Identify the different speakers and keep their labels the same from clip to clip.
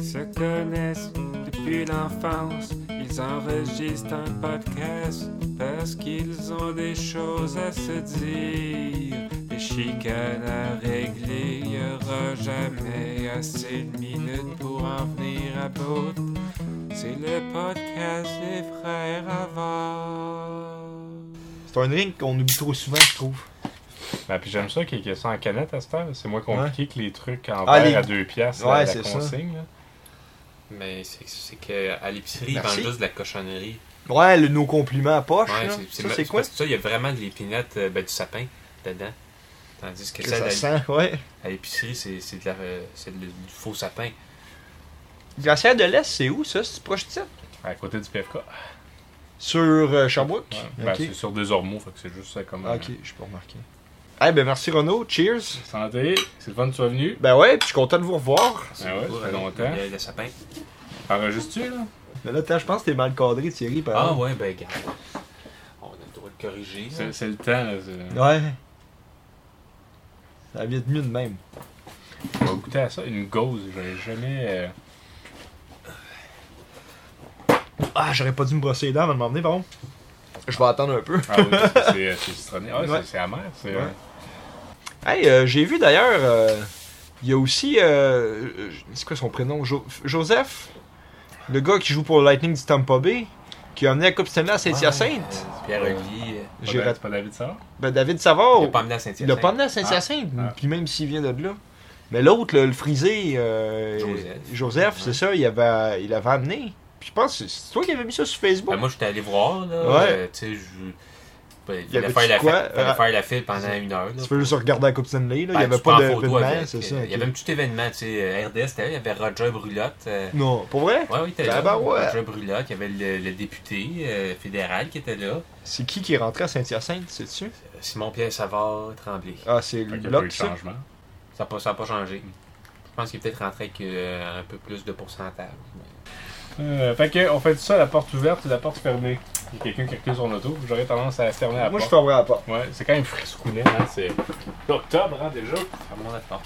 Speaker 1: se connaissent depuis l'enfance. Ils enregistrent un podcast parce qu'ils ont des choses à se dire. Des chicanes à régler, il y aura jamais assez de minutes pour en venir à bout. C'est le podcast des frères avant.
Speaker 2: C'est un drink qu'on oublie trop souvent, je trouve.
Speaker 3: Ben, puis j'aime ça qu'il y ait ça en canette à cette heure. C'est moins compliqué que les trucs en
Speaker 2: Ah,
Speaker 3: verre
Speaker 2: les-
Speaker 3: à deux piastres
Speaker 2: Ouais,
Speaker 3: à la
Speaker 2: c'est ça.
Speaker 3: consigne. là.
Speaker 4: Mais c'est- c'est qu'à l'épicerie, ils
Speaker 2: Merci.
Speaker 4: vendent juste de la cochonnerie.
Speaker 2: Ouais, le- nos compliments à poche.
Speaker 4: Ouais,
Speaker 2: là.
Speaker 4: c'est-
Speaker 2: ça,
Speaker 4: c'est
Speaker 2: c'est quoi?
Speaker 4: Parce que ça, il y a vraiment de l'épinette, euh, ben, du sapin dedans. Tandis que,
Speaker 2: Que
Speaker 4: celle
Speaker 2: ça
Speaker 4: à-
Speaker 2: sent, ouais.
Speaker 4: à l'épicerie, c'est c'est de la- euh, c'est de- du faux sapin.
Speaker 2: Glacière de l'Est, c'est où ça? C'est proche de ça?
Speaker 3: À côté du PFK. Ouais.
Speaker 2: Sur euh, Sherbrooke?
Speaker 3: Ben,
Speaker 2: ok.
Speaker 3: c'est sur des ormeaux, fait que c'est juste ça comme.
Speaker 2: Ah, ok, je peux remarquer. Eh ben merci Renaud, cheers!
Speaker 3: euh, Santé, c'est le fun que tu sois venu.
Speaker 2: Ben ouais, puis je suis content de vous revoir.
Speaker 3: Ah ouais, ça fait longtemps.
Speaker 4: Le, le sapin.
Speaker 3: Enregistres-tu, là
Speaker 2: Mais là, attends, je pense que t'es mal cadré Thierry, par
Speaker 4: Ah ouais, ben regarde. On a le droit de corriger. hein.
Speaker 3: C'est c'est le temps, là. c'est-
Speaker 2: Ouais. Ça vient de mieux de même.
Speaker 3: On va goûter à ça. Une gauze, j'avais jamais. euh,
Speaker 2: Ah, j'aurais pas dû me brosser les dents avant de m'en venir, par contre. Je vais attendre un peu.
Speaker 3: Ah oui, parce que c'est- c'est citronné. Ah,
Speaker 2: Ouais.
Speaker 3: c'est- c'est amer. C'est
Speaker 2: Ouais. Hey, euh, j'ai vu d'ailleurs, euh, il y a aussi, euh, euh, c'est quoi son prénom, Jo- Joseph, le gars qui joue pour le Lightning du Tampa Bay, qui a amené la Coupe Stanley à Saint-Hyacinthe.
Speaker 4: Euh, Pierre Olivier. euh,
Speaker 3: Pas
Speaker 2: J'ai
Speaker 3: David-
Speaker 2: raté-
Speaker 3: pas David Savard.
Speaker 2: Ben, David
Speaker 4: Il
Speaker 2: Savard,
Speaker 4: l'a pas amené à Saint-Hyacinthe.
Speaker 2: il l'a pas amené à Saint-Hyacinthe,
Speaker 3: Ah.
Speaker 2: puis même s'il vient de là. Mais l'autre, le, le frisé, euh,
Speaker 4: Joseph.
Speaker 2: Joseph, c'est
Speaker 4: Ouais.
Speaker 2: ça, il avait, il avait amené. Puis je pense que c'est toi qui avais mis ça sur Facebook.
Speaker 4: Ben, moi, j'étais allé voir, là.
Speaker 2: Ouais.
Speaker 4: euh, tu sais, je. ben,
Speaker 2: y
Speaker 4: il fallait
Speaker 2: avait-tu
Speaker 4: faire, la
Speaker 2: quoi?
Speaker 4: fête- fallait
Speaker 2: Euh,
Speaker 4: faire la file pendant une heure. là.
Speaker 2: tu peux juste regarder la Coupe Stanley, là, il
Speaker 4: Ah, Ben,
Speaker 2: n'y avait
Speaker 4: tu prends
Speaker 2: pas de-
Speaker 4: photo
Speaker 2: d'événement,
Speaker 4: avec,
Speaker 2: c'est
Speaker 4: euh,
Speaker 2: ça.
Speaker 4: Il y
Speaker 2: ok.
Speaker 4: avait un petit événement, tu sais, euh, RDS, t'as vu, il y avait Roger Brulotte. euh,
Speaker 2: Non, pour vrai?
Speaker 4: Ouais, oui, t'es
Speaker 2: Ah
Speaker 4: là.
Speaker 2: ben ouais.
Speaker 4: Roger Brulotte, il y avait le, le député euh, fédéral qui était là.
Speaker 2: C'est qui qui est rentré à Saint-Hyacinthe, sais-tu?
Speaker 4: Simon-Pierre Savard Tremblay.
Speaker 2: Ah, c'est
Speaker 3: Fait qu'il n'y a pas eu
Speaker 2: Locke,
Speaker 3: de
Speaker 2: ça?
Speaker 3: changement.
Speaker 4: Ça n'a pas, ça a pas changé. Je pense qu'il est peut-être rentré avec euh, un peu plus de pourcentage.
Speaker 3: Euh, fait que, on fait ça à la porte ouverte ou la porte fermée. Il y a quelqu'un qui a clé sur l'auto, j'aurais tendance à fermer la
Speaker 2: Moi, je
Speaker 3: porte.
Speaker 2: fermerai la porte.
Speaker 3: Ouais, c'est quand même friscounet, hein. C'est octobre, hein, déjà.
Speaker 4: Fermons la porte.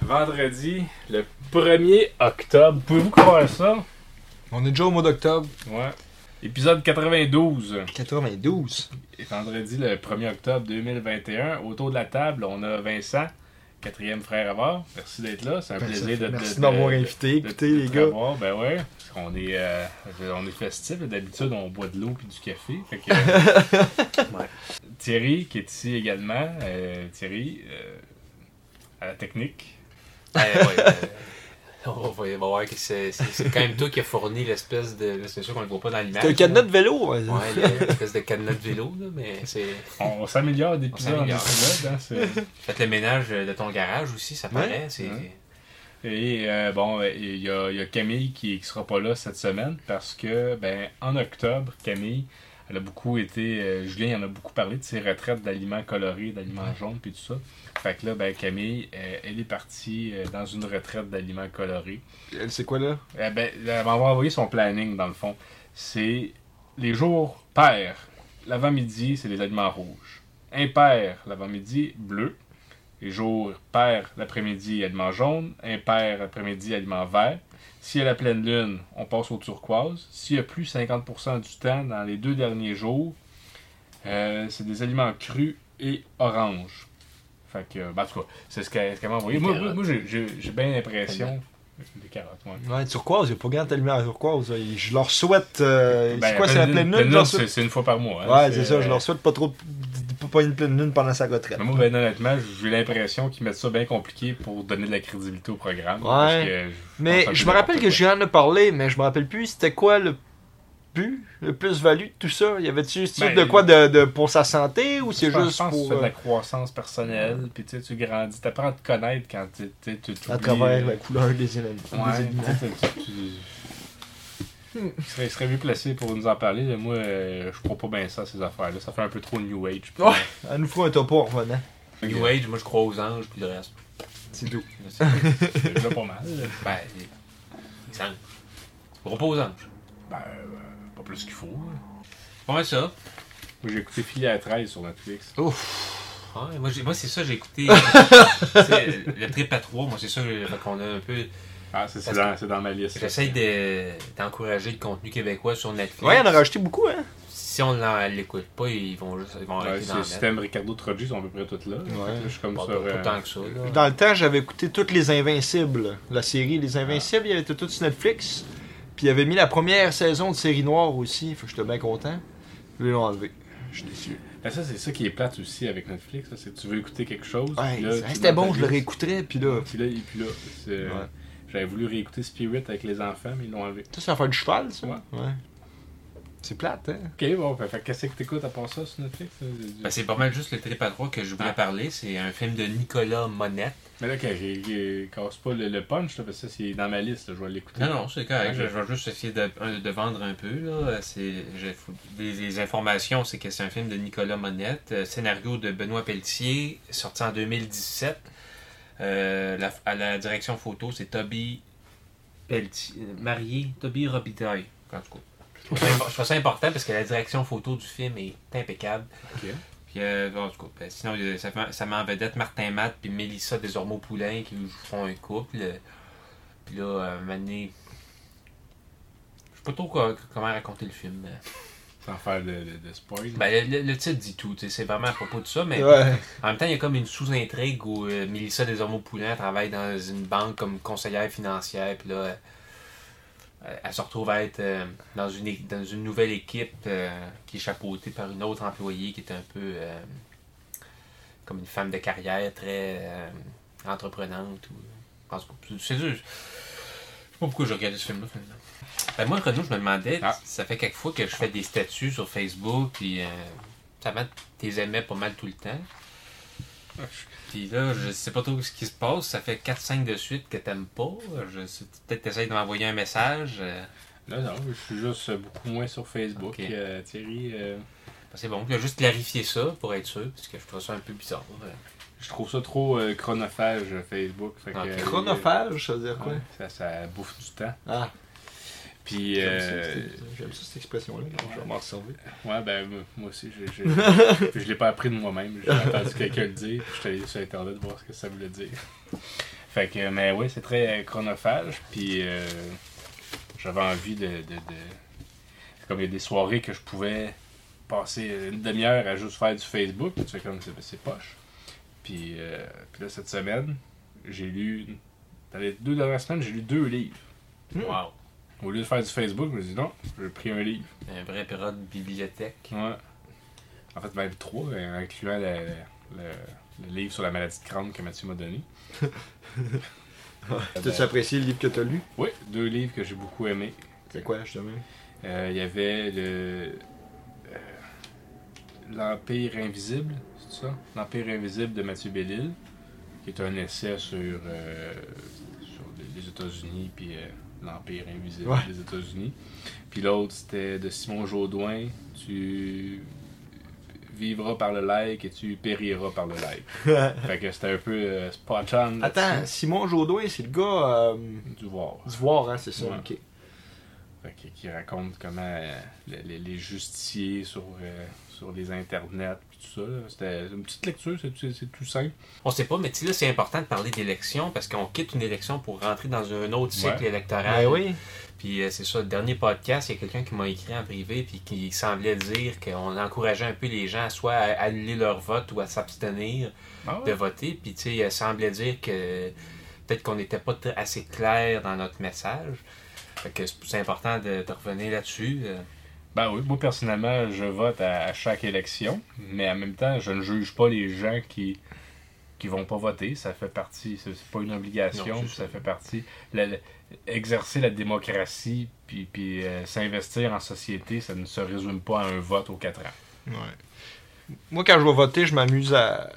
Speaker 3: Vendredi, le 1er octobre. Pouvez-vous croire ça?
Speaker 2: On est déjà au mois d'octobre.
Speaker 3: Ouais. Épisode 92.
Speaker 2: 92.
Speaker 3: Et vendredi, le 1er octobre 2021, autour de la table, on a Vincent, quatrième frère à bord. Merci d'être là.
Speaker 2: Ben,
Speaker 3: C'est un plaisir de
Speaker 2: Merci
Speaker 3: de-
Speaker 2: de m'avoir
Speaker 3: de-
Speaker 2: invité.
Speaker 3: de-
Speaker 2: Écoutez,
Speaker 3: de
Speaker 2: les
Speaker 3: te
Speaker 2: gars.
Speaker 3: revoir. Ben ouais. Parce qu'on est, euh, on est festif. D'habitude, on boit de l'eau puis du café. Fait que, euh,
Speaker 4: Ouais.
Speaker 3: Thierry, qui est ici également. Euh, Thierry, euh, à la technique.
Speaker 4: Eh, ouais, euh, on va on va voir que c'est c'est- c'est quand même toi qui a fourni l'espèce de. là, C'est sûr qu'on ne le voit pas dans l'image.
Speaker 2: T'as un
Speaker 4: là.
Speaker 2: cadenas de vélo. ouais.
Speaker 4: Ouais, le- l'espèce de cadenas de vélo, là, mais c'est.
Speaker 3: On s'améliore d'épisode en
Speaker 4: s'améliore.
Speaker 3: épisode. hein, c'est-
Speaker 4: Faites le ménage de ton garage aussi, ça
Speaker 2: Ouais.
Speaker 4: paraît. c'est-
Speaker 3: Ouais. Et euh, bon, et il y, a- il y a Camille qui ne sera pas là cette semaine parce que, ben, en octobre, Camille, elle a beaucoup été. euh, Julien en a beaucoup parlé de ses retraites d'aliments colorés, d'aliments jaunes, puis tout ça. Fait que là, ben, Camille, euh, elle est partie euh, dans une retraite d'aliments colorés.
Speaker 2: Elle sait quoi, là?
Speaker 3: Euh, ben, elle m'a envoyé son planning, dans le fond. C'est les jours pairs. L'avant-midi, c'est les aliments rouges. Impair, l'avant-midi, bleu. Les jours pairs, l'après-midi, aliments jaunes. Impair, l'après-midi, aliments verts. S'il y a la pleine lune, on passe au turquoise. S'il y a plus 50% du temps dans les deux derniers jours, euh, c'est des aliments crus et oranges. Fait que, ben, en tout cas, c'est ce qu'elle ce qu'elle m'a envoyé.
Speaker 4: Des
Speaker 3: Moi,
Speaker 4: carottes.
Speaker 3: moi, j'ai- j'ai j'ai bien l'impression. Des carottes, ouais.
Speaker 2: Ouais, turquoise. Il n'y a pas grand aliment à turquoise. là. Et Je leur souhaite. euh,
Speaker 3: Ben,
Speaker 2: c'est quoi, c'est la pleine lune? je leur
Speaker 3: c'est
Speaker 2: souhaite-
Speaker 3: c'est une fois par mois. hein.
Speaker 2: Ouais, c'est ça. Je leur souhaite pas trop. de- de- Pas une pleine lune pendant sa retraite.
Speaker 3: Mais moi, ben, honnêtement, j'ai l'impression qu'ils mettent ça bien compliqué pour donner de la crédibilité au programme.
Speaker 2: Ouais.
Speaker 3: parce que je pense
Speaker 2: Mais
Speaker 3: à tout
Speaker 2: je me rappelle
Speaker 3: n'importe
Speaker 2: que
Speaker 3: quoi.
Speaker 2: Julien en a parlé, mais je me rappelle plus c'était quoi le but, le plus-value de tout ça. Y avait-tu c'est
Speaker 3: Ben,
Speaker 2: de quoi de, de- pour sa santé ou c'est
Speaker 3: Je pense-
Speaker 2: juste
Speaker 3: je pense que
Speaker 2: pour.
Speaker 3: tu fais de
Speaker 2: euh,
Speaker 3: la croissance personnelle, puis tu sais, tu grandis, tu apprends à te connaître quand tu tu sais, tu- tu
Speaker 2: à
Speaker 3: oublies,
Speaker 2: travers
Speaker 3: euh,
Speaker 2: la couleur des éléments. des
Speaker 3: Ouais,
Speaker 2: aliments.
Speaker 3: tu sais, tu- tu-
Speaker 2: Hmm.
Speaker 3: Il serait, il serait mieux placé pour nous en parler. mais Moi, euh, je crois pas bien ça, ces affaires-là. Ça fait un peu trop New Age.
Speaker 2: Ouais. Elle nous fera un topo en revenant.
Speaker 4: New Age, moi je crois aux anges, puis le reste.
Speaker 2: C'est tout.
Speaker 4: c'est-
Speaker 3: C'est déjà pas mal.
Speaker 4: Ben, les, les anges. Repos aux anges.
Speaker 3: Ben, euh, pas plus qu'il faut. hein.
Speaker 4: Pas mal ça.
Speaker 3: Moi, J'ai écouté Fille à 13 sur Netflix.
Speaker 2: Ouf.
Speaker 4: Ouais, moi, j'ai- moi, c'est ça, j'ai écouté euh, c'est le trip à trois. Moi, c'est ça fait qu'on a un peu.
Speaker 3: Ah, c'est c'est
Speaker 4: Parce
Speaker 3: dans, c'est dans ma liste.
Speaker 4: J'essaie de- d'encourager le contenu québécois sur Netflix.
Speaker 2: Ouais, il en a rajouté beaucoup, hein.
Speaker 4: Si on ne l'écoute pas, ils vont juste ils vont
Speaker 3: Ouais,
Speaker 4: arrêter
Speaker 3: c'est
Speaker 4: d'en
Speaker 3: le
Speaker 4: mettre.
Speaker 3: système Ricardo Trogi, ils sont à peu près toutes là. Fait que Je suis comme
Speaker 4: Pas,
Speaker 3: sur.
Speaker 4: pas- pas
Speaker 3: euh,
Speaker 4: tant que ça. là.
Speaker 2: Dans le temps, j'avais écouté toutes les Invincibles. La série Les
Speaker 3: Ah.
Speaker 2: Invincibles, il y avait tout sur Netflix. Puis il avait mis la première saison de série noire aussi. Fait que j'étais bien content. Ils l'ont enlevé. Je suis déçu.
Speaker 3: Ben ça, c'est ça qui est plate aussi avec Netflix. là, C'est que tu veux écouter quelque chose.
Speaker 2: Ouais,
Speaker 3: puis là,
Speaker 2: c'est-
Speaker 3: tu
Speaker 2: hey, c'était bon,
Speaker 3: l'entends
Speaker 2: je le
Speaker 3: juste.
Speaker 2: réécouterais. Puis là,
Speaker 3: Puis là, et puis là, c'est-
Speaker 2: Ouais.
Speaker 3: j'avais voulu réécouter Spirit avec les enfants, mais ils l'ont enlevé.
Speaker 2: ça, c'est l'affaire du cheval, ça.
Speaker 3: Ouais.
Speaker 2: C'est plate, hein.
Speaker 3: Ok, bon, ben, fait, fait que qu'est-ce que t'écoutes à part ça sur Netflix? là, du- du-
Speaker 4: Ben, c'est pas mal juste le trip à trois que je voulais
Speaker 3: Ah.
Speaker 4: parler. C'est un film de Nicolas Monette.
Speaker 3: Mais là, quand j'ai- j'ai- casse pas le, le punch, là, parce que ça, c'est dans ma liste, là, je vais l'écouter.
Speaker 4: Non, non, c'est correct.
Speaker 3: Ok.
Speaker 4: Je, je vais juste essayer de, un- de vendre un peu. Là. C'est, j'ai fou- les, les informations, c'est que c'est un film de Nicolas Monette, euh, scénario de Benoît Pelletier, sorti en 2017. Euh, la, à la direction photo, c'est Toby Pelletier, euh, marié, Toby Robitaille. En tout cas, je trouve, ça, impo- je trouve ça important parce que la direction photo du film est impeccable.
Speaker 3: Ok.
Speaker 4: Puis, euh, en tout cas, ben, sinon, euh, ça, fait- ça met en vedette Martin Matt puis Mélissa Desormeaux-Poulain qui font un couple. Puis là, euh, un moment donné, je sais pas trop quoi- comment raconter le film. mais-
Speaker 3: Sans faire de, de- de spoil.
Speaker 4: Ben, le, le- le titre dit tout, tu sais, c'est vraiment à propos de ça, mais
Speaker 2: Ouais.
Speaker 4: en même temps, il y a comme une sous-intrigue où euh, Mélissa Desormeaux-Poulain travaille dans une banque comme conseillère financière, puis là, euh, elle, elle se retrouve à être euh, dans, une, é- dans une nouvelle équipe euh, qui est chapeautée par une autre employée qui est un peu euh, comme une femme de carrière très euh, entreprenante. Ou, en tout cas, c'est dur. Je sais pas pourquoi j'ai regardé ce film-là, finalement. Ben, moi, Renaud, je me demandais,
Speaker 3: Ah.
Speaker 4: ça fait quelques fois que je fais des statuts sur Facebook, puis euh, ça m'a tes aimais pas mal tout le temps. Puis là, je sais pas trop ce qui se passe. Ça fait 4-5 de suite que t'aimes pas. Je sais- peut-être t'essayes de m'envoyer un message. euh,
Speaker 3: Là, non, je suis juste euh, beaucoup moins sur Facebook.
Speaker 4: Ok.
Speaker 3: euh, Thierry, euh,
Speaker 4: c'est bon, je vais juste clarifier ça pour être sûr, parce que je trouve ça un peu bizarre. euh.
Speaker 3: je trouve ça trop euh, chronophage, euh, Facebook. Fait que,
Speaker 4: Ah,
Speaker 3: euh,
Speaker 2: Chronophage, ça veut dire
Speaker 3: euh,
Speaker 2: quoi
Speaker 3: ouais, ça, ça bouffe du temps.
Speaker 2: Ah,
Speaker 3: Puis.
Speaker 2: j'aime ça,
Speaker 3: euh,
Speaker 2: cette- j'aime ça, cette expression-là. Je vais m'en servir.
Speaker 3: Ouais, ben moi- moi aussi, je, je, je l'ai pas appris de moi-même. J'ai entendu quelqu'un le dire, puis je suis allé sur Internet voir ce que ça voulait dire. Fait que, mais oui, c'est très euh, chronophage, puis euh, j'avais envie de, de, de- Comme il y a des soirées que je pouvais passer une demi-heure à juste faire du Facebook, puis tu fais comme c'est- c'est poche. Puis, euh, puis là, cette semaine, j'ai lu. Dans les deux dernières semaines, j'ai lu deux livres.
Speaker 2: Hmm.
Speaker 4: Wow.
Speaker 3: Au lieu de faire du Facebook, je me suis dit non, j'ai pris un livre.
Speaker 4: Un vrai période de bibliothèque.
Speaker 3: Ouais. En fait, même trois, euh, incluant le, le- le livre sur la maladie de Crohn que Mathieu m'a donné.
Speaker 2: T'as-tu
Speaker 3: Euh,
Speaker 2: apprécié le livre que t'as lu
Speaker 3: Oui, deux livres que j'ai beaucoup aimés.
Speaker 2: C'est quoi, justement
Speaker 3: Euh, Il y avait le. euh, L'Empire Invisible, c'est ça L'Empire Invisible de Mathieu Bellil, qui est un essai sur, euh, sur les- les États-Unis, puis euh, l'Empire Invisible
Speaker 2: Ouais.
Speaker 3: des États-Unis. Puis l'autre, c'était de Simon Jaudoin, Tu vivras par le like et tu périras par le like. fait que c'était un peu euh, spot on. là-dessus.
Speaker 2: Attends, Simon Jaudoin, c'est le gars euh,
Speaker 3: Du voir.
Speaker 2: du voir, hein, c'est ça
Speaker 3: Ouais.
Speaker 2: Ok.
Speaker 3: Fait que- qui raconte comment euh, le- les, les justiciers sur, euh, sur les internets puis tout ça. là. C'était une petite lecture, c'est tout- c'est tout simple.
Speaker 4: On sait pas, mais tu sais, là, c'est important de parler d'élection, parce qu'on quitte une élection pour rentrer dans un autre cycle
Speaker 3: Ah, Ouais.
Speaker 4: électoral.
Speaker 2: Ben oui.
Speaker 4: Puis euh, c'est ça, le dernier podcast, il y a quelqu'un qui m'a écrit en privé puis qui semblait dire qu'on encourageait un peu les gens soit à annuler leur vote ou à s'abstenir de voter. Puis tu sais, il semblait dire que peut-être qu'on n'était pas tr- assez clair dans notre message. Fait que c'est c'est important de, de revenir là-dessus. euh.
Speaker 3: Ben oui, moi personnellement, je vote à, à chaque élection, mais en même temps, je ne juge pas les gens qui qui vont pas voter. Ça fait partie, c'est c'est pas une obligation,
Speaker 4: Non, c'est
Speaker 3: ça
Speaker 4: ça.
Speaker 3: fait partie. la- la- exercer la démocratie puis, puis euh, s'investir en société, ça ne se résume pas à un vote aux quatre ans.
Speaker 2: Moi, quand je vais voter, je m'amuse à,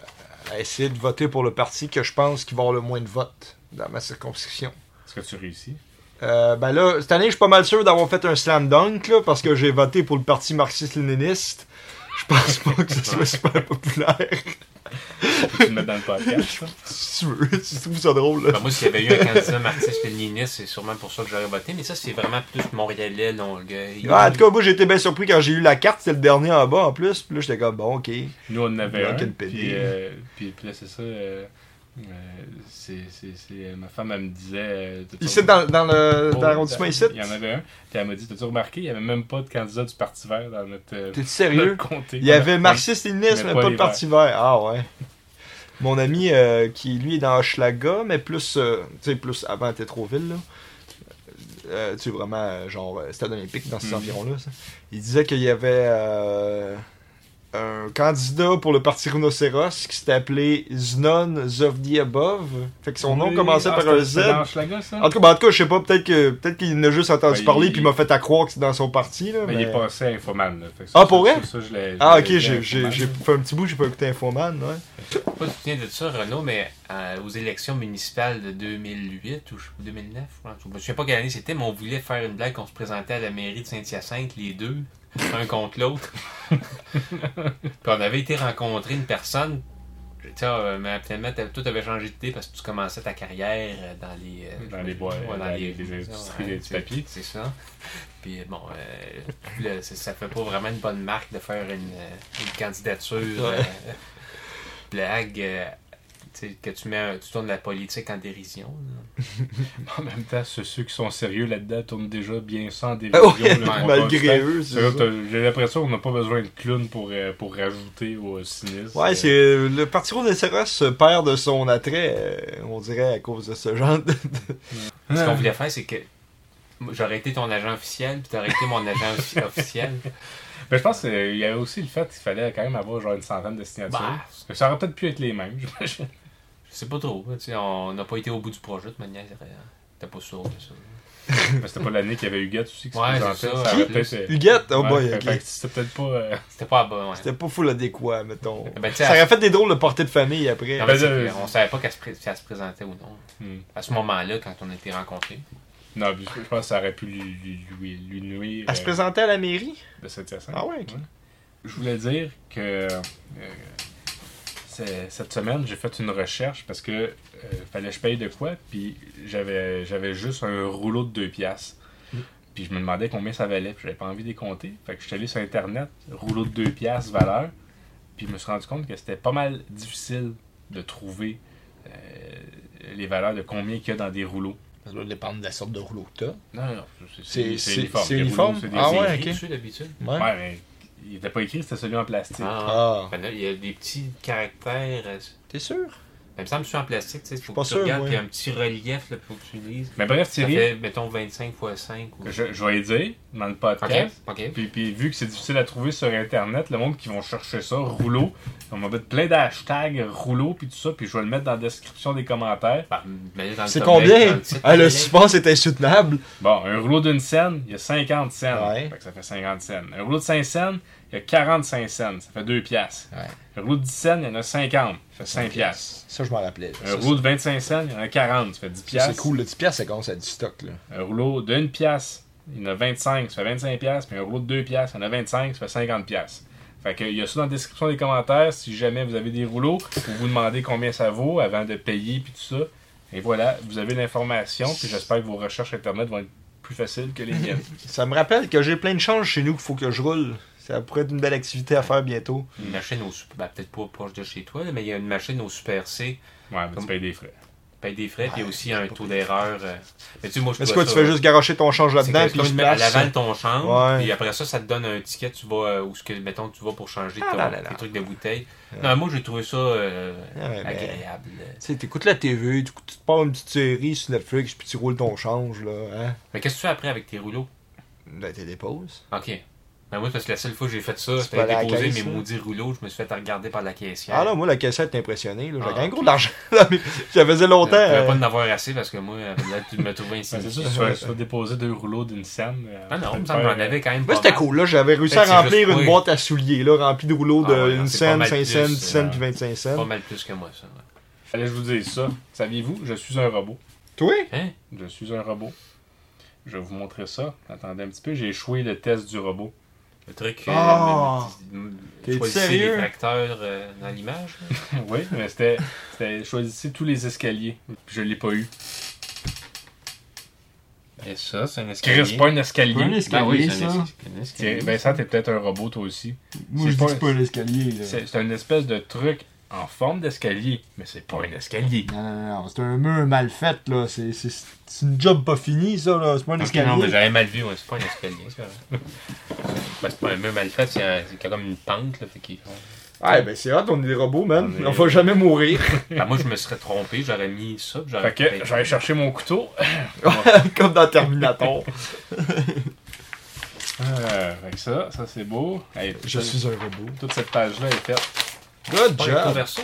Speaker 2: à essayer de voter pour le parti que je pense qu'il va avoir le moins de votes dans ma circonscription.
Speaker 3: Est-ce que tu réussis?
Speaker 2: Euh, ben là, cette année, je suis pas mal sûr d'avoir fait un slam dunk, là, parce que j'ai voté pour le parti marxiste-léniniste. Je pense pas que ce soit super populaire.
Speaker 3: Faut que tu le mettes dans le podcast. ça.
Speaker 2: Si tu veux, si tu trouves ça drôle, là.
Speaker 4: Ben, moi, s'il y avait eu un candidat marxiste léniniste, c'est sûrement pour ça que j'aurais voté, mais ça, c'est vraiment plus Montréalais, Longueuil.
Speaker 2: Ah, en tout cas, moi, j'ai été bien surpris quand j'ai eu la carte, c'était le dernier en bas en plus. Puis là, j'étais comme, bon, ok.
Speaker 3: Nous, on en avait
Speaker 2: Dans
Speaker 3: un.
Speaker 2: quel
Speaker 3: Puis,
Speaker 2: PD?
Speaker 3: euh, puis, puis là, c'est ça. euh, euh, c'est- c'est- c'est- ma femme, elle me disait. euh, T'as-tu
Speaker 2: Ici,
Speaker 3: remarqué-
Speaker 2: dans, dans le- dans
Speaker 3: Oh,
Speaker 2: l'arrondissement,
Speaker 3: t'as-
Speaker 2: ici.
Speaker 3: Il y en avait un. Puis elle m'a dit T'as-tu remarqué Il n'y avait même pas de candidat du Parti vert dans notre, euh,
Speaker 2: T'es
Speaker 3: notre
Speaker 2: sérieux?
Speaker 3: comté.
Speaker 2: Il y avait marxiste-léniniste,
Speaker 3: Mais
Speaker 2: mais
Speaker 3: pas
Speaker 2: pas
Speaker 3: les
Speaker 2: de parti vert. Ah ouais. Mon ami, euh, qui lui est dans Schlaga, mais plus, euh, tu sais, plus avant Tétroville, là. Euh, tu sais, vraiment, euh, genre, euh, stade olympique dans ces
Speaker 3: Mhm.
Speaker 2: environs-là. ça. Il disait qu'il y avait euh, un candidat pour le parti rhinocéros qui s'était appelé Znon Zovdi Above. Fait que son nom
Speaker 3: Oui.
Speaker 2: commençait par
Speaker 3: Ah, c'était- hein?
Speaker 2: un Z.
Speaker 3: c'était dans Hochelaga, ça
Speaker 2: En tout cas, ben, en tout cas, je sais pas, peut-être que peut-être qu'il en a juste entendu
Speaker 3: Ben, il-
Speaker 2: parler puis il m'a fait à croire que c'est dans son parti. Là,
Speaker 3: Mais
Speaker 2: mais-
Speaker 3: il est passé à Infoman. Là. Fait que
Speaker 2: Ah,
Speaker 3: ça,
Speaker 2: pour
Speaker 3: ça-
Speaker 2: vrai?
Speaker 3: ça, je l'ai- je
Speaker 2: Ah
Speaker 3: l'ai
Speaker 2: ok,
Speaker 3: dit à
Speaker 2: j'ai j'ai-
Speaker 3: Infoman,
Speaker 2: j'ai
Speaker 3: là.
Speaker 2: fait un petit bout, j'ai pas écouté Infoman, ouais.
Speaker 4: Pas tu viens de ça, Renaud, mais euh, aux élections municipales de 2008 ou je- 2009, je pense. je me souviens pas quelle année c'était, mais on voulait faire une blague qu'on se présentait à la mairie de Saint-Hyacinthe, les deux, un contre l'autre. Puis on avait été rencontrer une personne, tu sais, euh, mais finalement, t'avais- toi, t'avais changé d'idée parce que tu commençais ta carrière euh, dans les... euh,
Speaker 3: Dans les bois-
Speaker 4: Ouais,
Speaker 3: dans les- les industries
Speaker 4: ouais,
Speaker 3: du
Speaker 4: c'est-
Speaker 3: papier.
Speaker 4: C'est ça. Puis bon, euh, le- c'est- ça fait pas vraiment une bonne marque de faire une, euh, une candidature euh, blague euh, tu sais, que tu mets un- tu tournes la politique en dérision. là.
Speaker 3: En même temps, ceux, ceux qui sont sérieux là-dedans tournent déjà bien ça en
Speaker 2: Ah
Speaker 3: dérision.
Speaker 2: ouais,
Speaker 3: là, on
Speaker 2: malgré
Speaker 3: constate.
Speaker 2: eux, c'est
Speaker 3: C'est-à-dire,
Speaker 2: ça.
Speaker 3: t'as- J'ai l'impression qu'on n'a pas besoin de clown pour, euh, pour rajouter au cynisme.
Speaker 2: Ouais, c'est euh, le parti rhinocéros se euh, perd de son attrait, euh, on dirait à cause de ce genre de...
Speaker 4: Ce qu'on voulait faire, c'est que moi, j'aurais été ton agent officiel, puis t'aurais été mon agent offi- officiel.
Speaker 3: Mais Ben, je pense qu'il y avait aussi le fait qu'il fallait quand même avoir genre une centaine de signatures.
Speaker 4: Bah.
Speaker 3: Ça aurait peut-être pu être les mêmes, j'imagine.
Speaker 4: Je sais pas trop. hein, tu sais, on n'a pas été au bout du projet de manière. euh, T'es pas sûr de ça.
Speaker 3: Mais c'était pas l'année qu'il y avait Huguette aussi qui
Speaker 4: Ouais,
Speaker 3: se présentait.
Speaker 4: c'est ça.
Speaker 3: aurait
Speaker 4: Qui?
Speaker 3: peut-être, euh,
Speaker 2: Huguette, oh
Speaker 3: ouais,
Speaker 2: boy,
Speaker 3: fait-
Speaker 2: ok.
Speaker 3: fait que C'était peut-être pas. euh,
Speaker 4: C'était pas bon.
Speaker 2: C'était pas full adéquat, mettons.
Speaker 4: Ben, tu sais,
Speaker 2: Ça aurait fait des drôles de portée de famille après.
Speaker 4: en
Speaker 3: ben,
Speaker 4: fait, c'est
Speaker 3: euh,
Speaker 4: que on savait pas qu'elle se pré- si elle se présentait ou non.
Speaker 3: hmm.
Speaker 4: À ce moment-là, quand on était rencontrés.
Speaker 3: Non, puis je pense que ça aurait pu lui, lui, lui, lui nuire.
Speaker 2: Elle se
Speaker 3: euh,
Speaker 2: présentait à la mairie?
Speaker 3: de cette façon.
Speaker 2: Ah ouais, ok.
Speaker 3: Je voulais dire que euh, c'est- cette semaine, j'ai fait une recherche parce que euh, fallait que je paye de quoi, puis j'avais j'avais juste un rouleau de 2 piastres.
Speaker 2: Mm.
Speaker 3: Puis je me demandais combien ça valait, puis j'avais pas envie de les compter. Fait que je suis allé sur Internet, rouleau de 2 piastres, valeur, puis je me suis rendu compte que c'était pas mal difficile de trouver euh, les valeurs de combien qu'il y a dans des rouleaux.
Speaker 2: Ça doit dépendre de la sorte de rouleau que t'as.
Speaker 3: Non, non,
Speaker 2: C'est- c'est- c'est
Speaker 3: Des
Speaker 2: uniforme?
Speaker 3: rouleaux, c'est des
Speaker 2: Ah
Speaker 3: rouleaux.
Speaker 2: ouais,
Speaker 4: écrit
Speaker 2: ok.
Speaker 4: dessus, d'habitude.
Speaker 2: Ouais.
Speaker 3: Ouais, mais il était pas écrit, c'était celui en plastique.
Speaker 2: Ah,
Speaker 4: Ben là, il y a des petits caractères. euh,
Speaker 2: t'es sûr?
Speaker 4: Ben, il me semble que c'est en plastique, tu sais, faut
Speaker 2: pas
Speaker 4: que tu
Speaker 2: sûr,
Speaker 4: regardes,
Speaker 2: ouais.
Speaker 4: puis il y a un petit relief, là, faut que tu lises.
Speaker 3: Mais bref,
Speaker 4: Ça
Speaker 3: Thierry,
Speaker 4: fait, mettons, 25 x 5. Ou...
Speaker 3: je, je vais le dire dans le
Speaker 4: Ok,
Speaker 3: podcast.
Speaker 4: ok.
Speaker 3: Puis, puis vu que c'est difficile à trouver sur Internet, le monde qui vont chercher ça, rouleau, on va mettre plein d'hashtags, rouleau, puis tout ça, puis je vais le mettre dans la description des commentaires.
Speaker 4: Ben, mets-le dans le
Speaker 2: C'est
Speaker 4: thumbnail, dans
Speaker 2: combien?
Speaker 4: le titre,
Speaker 2: Ah, le
Speaker 4: mets-le.
Speaker 2: suspense est insoutenable.
Speaker 3: Bon, un rouleau d'une scène, il y a 50 cents.
Speaker 2: Ouais.
Speaker 3: Fait que ça fait 50 cents. Un rouleau de 5 cents, il y a 45 cents. Ça fait 2 piastres.
Speaker 2: Ouais.
Speaker 3: Un rouleau de 10 cents, il y en a 50. Ça fait 5 piastres.
Speaker 2: Ça, je m'en rappelais.
Speaker 3: Un rouleau de 25 cents, il y en a 40. Ça fait 10 piastres.
Speaker 2: C'est cool, le 10 piastres, ça commence à du stock, là.
Speaker 3: Un rouleau d'une pièce, il y en a 25, ça fait 25 pièces. Puis un rouleau de deux pièces, il y en a 25, ça fait 50 pièces. Fait que, il y a ça dans la description des commentaires si jamais vous avez des rouleaux ou vous demandez combien ça vaut avant de payer puis tout ça. Et voilà, vous avez l'information puis j'espère que vos recherches internet vont être plus faciles que les miennes.
Speaker 2: Ça me rappelle que j'ai plein de changes chez nous qu'il faut que je roule. Ça pourrait être une belle activité à faire bientôt.
Speaker 4: Une machine au super. Ben, peut-être pas proche de chez toi, là, mais il y a une machine au super C.
Speaker 3: Ouais, mais tu payes des frais.
Speaker 4: Paye des frais, puis il y a aussi un taux d'erreur. euh, Mais tu sais, moi, je
Speaker 2: Mais c'est
Speaker 4: vois
Speaker 2: quoi, tu
Speaker 4: ça-
Speaker 2: fais juste garocher ton change
Speaker 4: C'est
Speaker 2: là-dedans,
Speaker 4: que
Speaker 2: puis
Speaker 4: comme
Speaker 2: il se
Speaker 4: une- elle
Speaker 2: place.
Speaker 4: avale ton chambre,
Speaker 2: Ouais.
Speaker 4: puis après ça, ça te donne un ticket, tu vas, euh, où ce que, mettons, tu vas pour changer
Speaker 2: Ah
Speaker 4: ton-
Speaker 2: là là là.
Speaker 4: tes trucs de bouteille. Non, moi, j'ai trouvé ça euh,
Speaker 2: Ah ouais, ben.
Speaker 4: agréable.
Speaker 2: Tu sais, t'écoutes la TV, tu tu te pars une petite série sur Netflix, puis tu roules ton change, là, hein?
Speaker 4: Mais qu'est-ce que tu fais après avec tes rouleaux?
Speaker 2: Ben, t'es déposes.
Speaker 4: Ok. Ben moi, parce que la seule fois que j'ai fait ça,
Speaker 2: C'est pas
Speaker 4: j'étais
Speaker 2: la
Speaker 4: déposé
Speaker 2: caisse,
Speaker 4: mes
Speaker 2: là.
Speaker 4: maudits rouleaux, je me suis fait regarder par la caissière.
Speaker 2: Ah non, moi, la caissette t'es impressionné, là. J'ai
Speaker 4: Ah,
Speaker 2: gagné
Speaker 4: ok.
Speaker 2: gros de l'argent, là, mais ça faisait
Speaker 4: Je
Speaker 2: longtemps.
Speaker 4: pouvais
Speaker 2: euh,
Speaker 4: pas en avoir assez parce que moi, euh, là, tu me trouvais
Speaker 3: Ben, c'est
Speaker 4: insignifiant.
Speaker 3: sûr, tu vas, tu vas déposer deux rouleaux d'une scène. euh,
Speaker 4: Ah non, il me semble qu'on en avait quand même
Speaker 2: Moi,
Speaker 4: pas
Speaker 2: c'était
Speaker 4: mal.
Speaker 2: cool, là. J'avais réussi
Speaker 4: Fait que c'est
Speaker 2: à remplir
Speaker 4: juste
Speaker 2: une
Speaker 4: oui.
Speaker 2: boîte à souliers, là, remplie de rouleaux de
Speaker 4: Ah ouais, non,
Speaker 2: 1
Speaker 4: c'est pas
Speaker 2: cent,
Speaker 4: mal
Speaker 2: 5
Speaker 4: plus,
Speaker 2: cents, 10
Speaker 4: euh,
Speaker 2: cents, puis 25
Speaker 4: Pas
Speaker 2: cents.
Speaker 4: mal plus que moi, ça. ouais.
Speaker 3: Fallait que je vous dise ça. Saviez-vous, je suis un robot.
Speaker 2: Toi?
Speaker 4: Hein?
Speaker 3: Je suis un robot. Je vais vous montrer ça. Attendez un petit peu, j'ai échoué le test du robot.
Speaker 4: Le truc. euh,
Speaker 2: Ah!
Speaker 4: le-
Speaker 2: T'es
Speaker 4: le- choisissez
Speaker 2: sérieux?
Speaker 4: les tracteurs euh, dans l'image. là.
Speaker 3: oui, mais c'était. c'était- Je choisissais tous les escaliers. Puis je l'ai pas eu.
Speaker 4: Et ça, c'est un escalier.
Speaker 3: Chris, pas un escalier.
Speaker 2: Pas un escalier.
Speaker 4: Ben oui, c'est
Speaker 2: ça.
Speaker 4: un es- un
Speaker 3: Tiens,
Speaker 4: escalier.
Speaker 3: Vincent, t'es peut-être un robot toi aussi.
Speaker 2: Moi, je dis
Speaker 3: pas-
Speaker 2: que c'est pas un escalier. là.
Speaker 3: C'est c'est une espèce de truc en forme d'escalier, mais c'est pas un escalier.
Speaker 2: Non, non, non, c'est un mur mal fait, là. C'est c'est- c'est une job pas finie, ça, là. C'est pas un
Speaker 4: Ok,
Speaker 2: escalier.
Speaker 4: non, mais j'avais mal vu, ouais, c'est pas un escalier, ça. Ben, c'est pas un mur mal fait, c'est un- c'est comme une pente, là, fait qu'il-
Speaker 2: Ouais, ben c'est hot, on est des robots, man.
Speaker 3: On est-
Speaker 2: On, va jamais mourir.
Speaker 4: Ben, moi, je me serais trompé, j'aurais mis ça, puis j'aurais
Speaker 3: Fait que j'allais chercher mon couteau.
Speaker 2: Comme dans Terminator.
Speaker 3: Euh, fait que ça, ça c'est beau. Hey,
Speaker 2: je suis un robot.
Speaker 3: Toute cette page-là est faite.
Speaker 2: Good
Speaker 4: Pas un
Speaker 2: job.
Speaker 4: converso?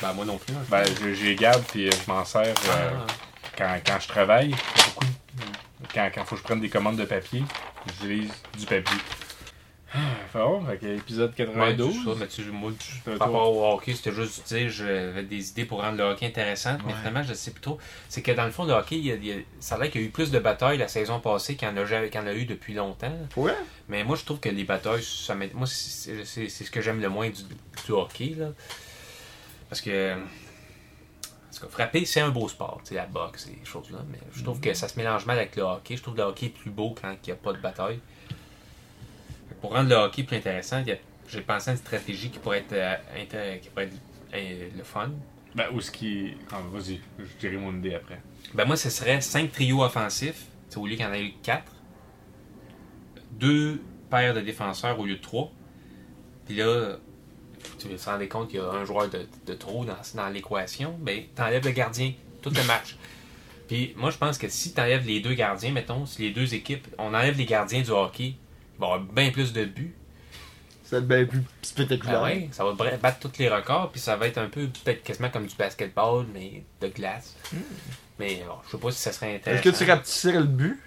Speaker 4: Ben, moi non plus. hein.
Speaker 3: Ben, je, je les garde puis je m'en sers euh,
Speaker 4: Ah,
Speaker 3: quand, quand je travaille. Beaucoup de- Quand il faut que je prenne des commandes de papier, j'utilise du papier. Ah, Bon, fait que épisode
Speaker 4: Ouais,
Speaker 3: 92.
Speaker 4: c'est ça, mais tu, moi, tu-
Speaker 3: Toi,
Speaker 4: par
Speaker 3: toi.
Speaker 4: rapport au hockey, c'était juste de dire j'avais des idées pour rendre le hockey intéressant, mais finalement, je ne sais plus trop. C'est que dans le fond, le hockey, il y a- il y a- ça a l'air qu'il y a eu plus de batailles la saison passée qu'il y en a, jamais- qu'il y en a eu depuis longtemps.
Speaker 2: Ouais.
Speaker 4: Mais moi, je trouve que les batailles, ça m'int- moi, c'est c'est- c'est ce que j'aime le moins du, du hockey. Là. Parce que. Parce que frapper, c'est un beau sport, tu sais, la boxe et ces choses-là. Mais je trouve que ça se mélange mal avec le hockey. Je trouve le hockey plus beau quand il n'y a pas de bataille. Pour rendre le hockey plus intéressant, il y a- j'ai pensé à une stratégie qui pourrait être, euh, intér- qui pourrait être, euh, le fun.
Speaker 3: Ben, ou ce qui. Ah, Vas-y, je dirai mon idée après.
Speaker 4: Ben moi, ce serait 5 trios offensifs, tu sais, au lieu qu'il y en ait 4. Deux paires de défenseurs au lieu de 3. Puis là, tu te rends compte qu'il y a un joueur de, de trop dans, dans l'équation, ben t'enlèves le gardien, tout le match. Puis moi, je pense que si t'enlèves les deux gardiens, mettons, si les deux équipes, on enlève les gardiens du hockey, il va y avoir bien plus de buts.
Speaker 2: C'est bien plus
Speaker 4: Ben
Speaker 2: spectaculaire.
Speaker 4: ouais, ça va bra- battre tous les records, puis ça va être un peu peut-être quasiment comme du basketball, mais de glace. Mais alors, je sais pas si ça serait
Speaker 2: Est-ce
Speaker 4: intéressant
Speaker 2: que tu rapetisserais le but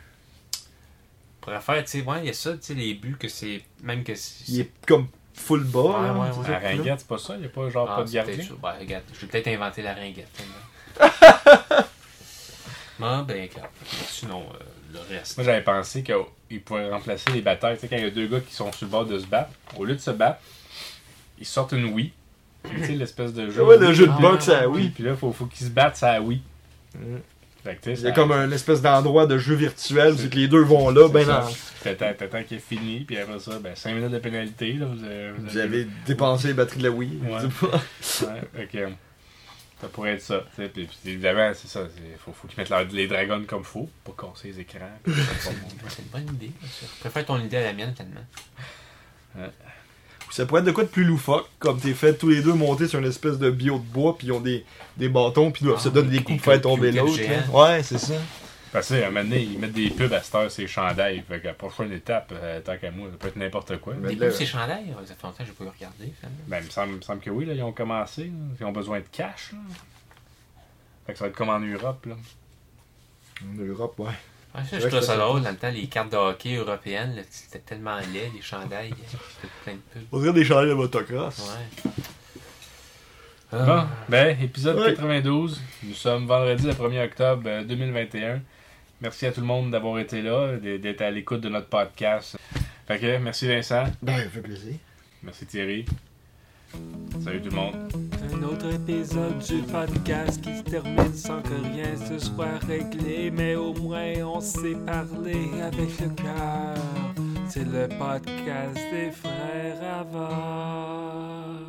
Speaker 4: pourrait faire, tu sais, ouais, il y a ça, tu sais, les buts que c'est. Même que c'est.
Speaker 2: Il est comme full bas.
Speaker 4: Ouais,
Speaker 2: là,
Speaker 4: ouais,
Speaker 2: c'est
Speaker 4: ouais.
Speaker 2: ça,
Speaker 3: La
Speaker 2: puis là.
Speaker 3: ringuette, c'est pas ça? Il n'y a pas genre
Speaker 4: Ah,
Speaker 3: pas de
Speaker 4: c'est
Speaker 3: gardien?
Speaker 4: peut-être ça. Ben, regarde, je vais peut-être inventer la ringuette. hein, Bon, ben, clair. Sinon, euh, le reste.
Speaker 3: Moi, j'avais pensé qu'ils pourraient remplacer les batailles. Tu sais, quand il y a deux gars qui sont sur le bord de se battre, au lieu de se battre, ils sortent une Wii. Tu sais, l'espèce de jeu.
Speaker 2: Ouais,
Speaker 3: Wii.
Speaker 2: le jeu de
Speaker 4: Ah,
Speaker 2: boxe,
Speaker 4: ouais,
Speaker 2: ah
Speaker 3: Puis-
Speaker 2: oui.
Speaker 3: Puis là, faut, faut qu'ils se battent, ça oui.
Speaker 2: Mm.
Speaker 3: Fait que, tu sais,
Speaker 2: Il y a
Speaker 3: ça-
Speaker 2: comme un espèce d'endroit de jeu virtuel où
Speaker 3: C'est-
Speaker 2: c'est que les deux vont là, ben
Speaker 3: c'est ça.
Speaker 2: non.
Speaker 3: T'attends, t'attends qu'il est fini, puis après ça, ben 5 minutes de pénalité. Là, vous avez, vous
Speaker 2: Vous
Speaker 3: avez-
Speaker 2: avez dépensé les batteries de la Wii.
Speaker 3: Ouais.
Speaker 2: C'est pas-
Speaker 3: Ouais, fait que, Ça pourrait être ça. tu sais. Puis, puis évidemment, c'est ça. Il faut, faut qu'ils mettent leur- les dragons comme faut pour casser les écrans. puis ça, bon, bon.
Speaker 4: ben, C'est une bonne idée. ça. Je préfère ton idée à la mienne, tellement.
Speaker 2: Ça pourrait être de quoi de plus loufoque, comme t'es fait tous les deux monter sur une espèce de bio de bois, puis ils ont des, des bâtons, puis ils doivent
Speaker 4: Ah,
Speaker 2: se donner
Speaker 4: des-
Speaker 2: des coups
Speaker 4: des
Speaker 2: pour faire
Speaker 4: coups
Speaker 2: tomber
Speaker 4: de cricket
Speaker 2: l'autre. là.
Speaker 4: géant.
Speaker 2: Ouais, c'est ça.
Speaker 3: Parce que, à un moment donné, ils mettent des pubs à cette heure, c'est chandail. Fait que la prochaine étape, euh, tant qu'à moi, ça peut être n'importe quoi.
Speaker 2: Ben,
Speaker 4: Des
Speaker 2: là,
Speaker 4: coups,
Speaker 2: ouais.
Speaker 4: ces chandails, euh, ça fait longtemps que j'ai pas eu regardé, finalement.
Speaker 3: Ben, il me semble, il me semble que oui, là, ils ont commencé. là. Ils ont besoin de cash. Là. Fait que ça va être comme en Europe. Là.
Speaker 2: En Europe, ouais.
Speaker 4: Ouais, ça,
Speaker 2: vrai
Speaker 4: je
Speaker 2: que
Speaker 4: trouve
Speaker 2: ça,
Speaker 4: ça
Speaker 2: ça
Speaker 4: drôle. Dans le temps, les cartes de hockey européennes, là, c'était tellement laid, les chandails, euh, c'était plein de pubs.
Speaker 2: On dirait des chandelles de motocross.
Speaker 4: Ouais.
Speaker 3: Bon,
Speaker 4: Ah.
Speaker 3: ben, épisode
Speaker 2: Ouais.
Speaker 3: 92. Nous sommes vendredi le 1er octobre euh, 2021. Merci à tout le monde d'avoir été là, d- d'être à l'écoute de notre podcast. Fait que, merci Vincent.
Speaker 2: Ben, ça fait plaisir.
Speaker 3: Merci Thierry. Salut tout le monde.
Speaker 1: Un autre épisode du podcast qui se termine sans que rien se soit réglé, mais au moins on s'est parlé avec le cœur. C'est le podcast des frères avant.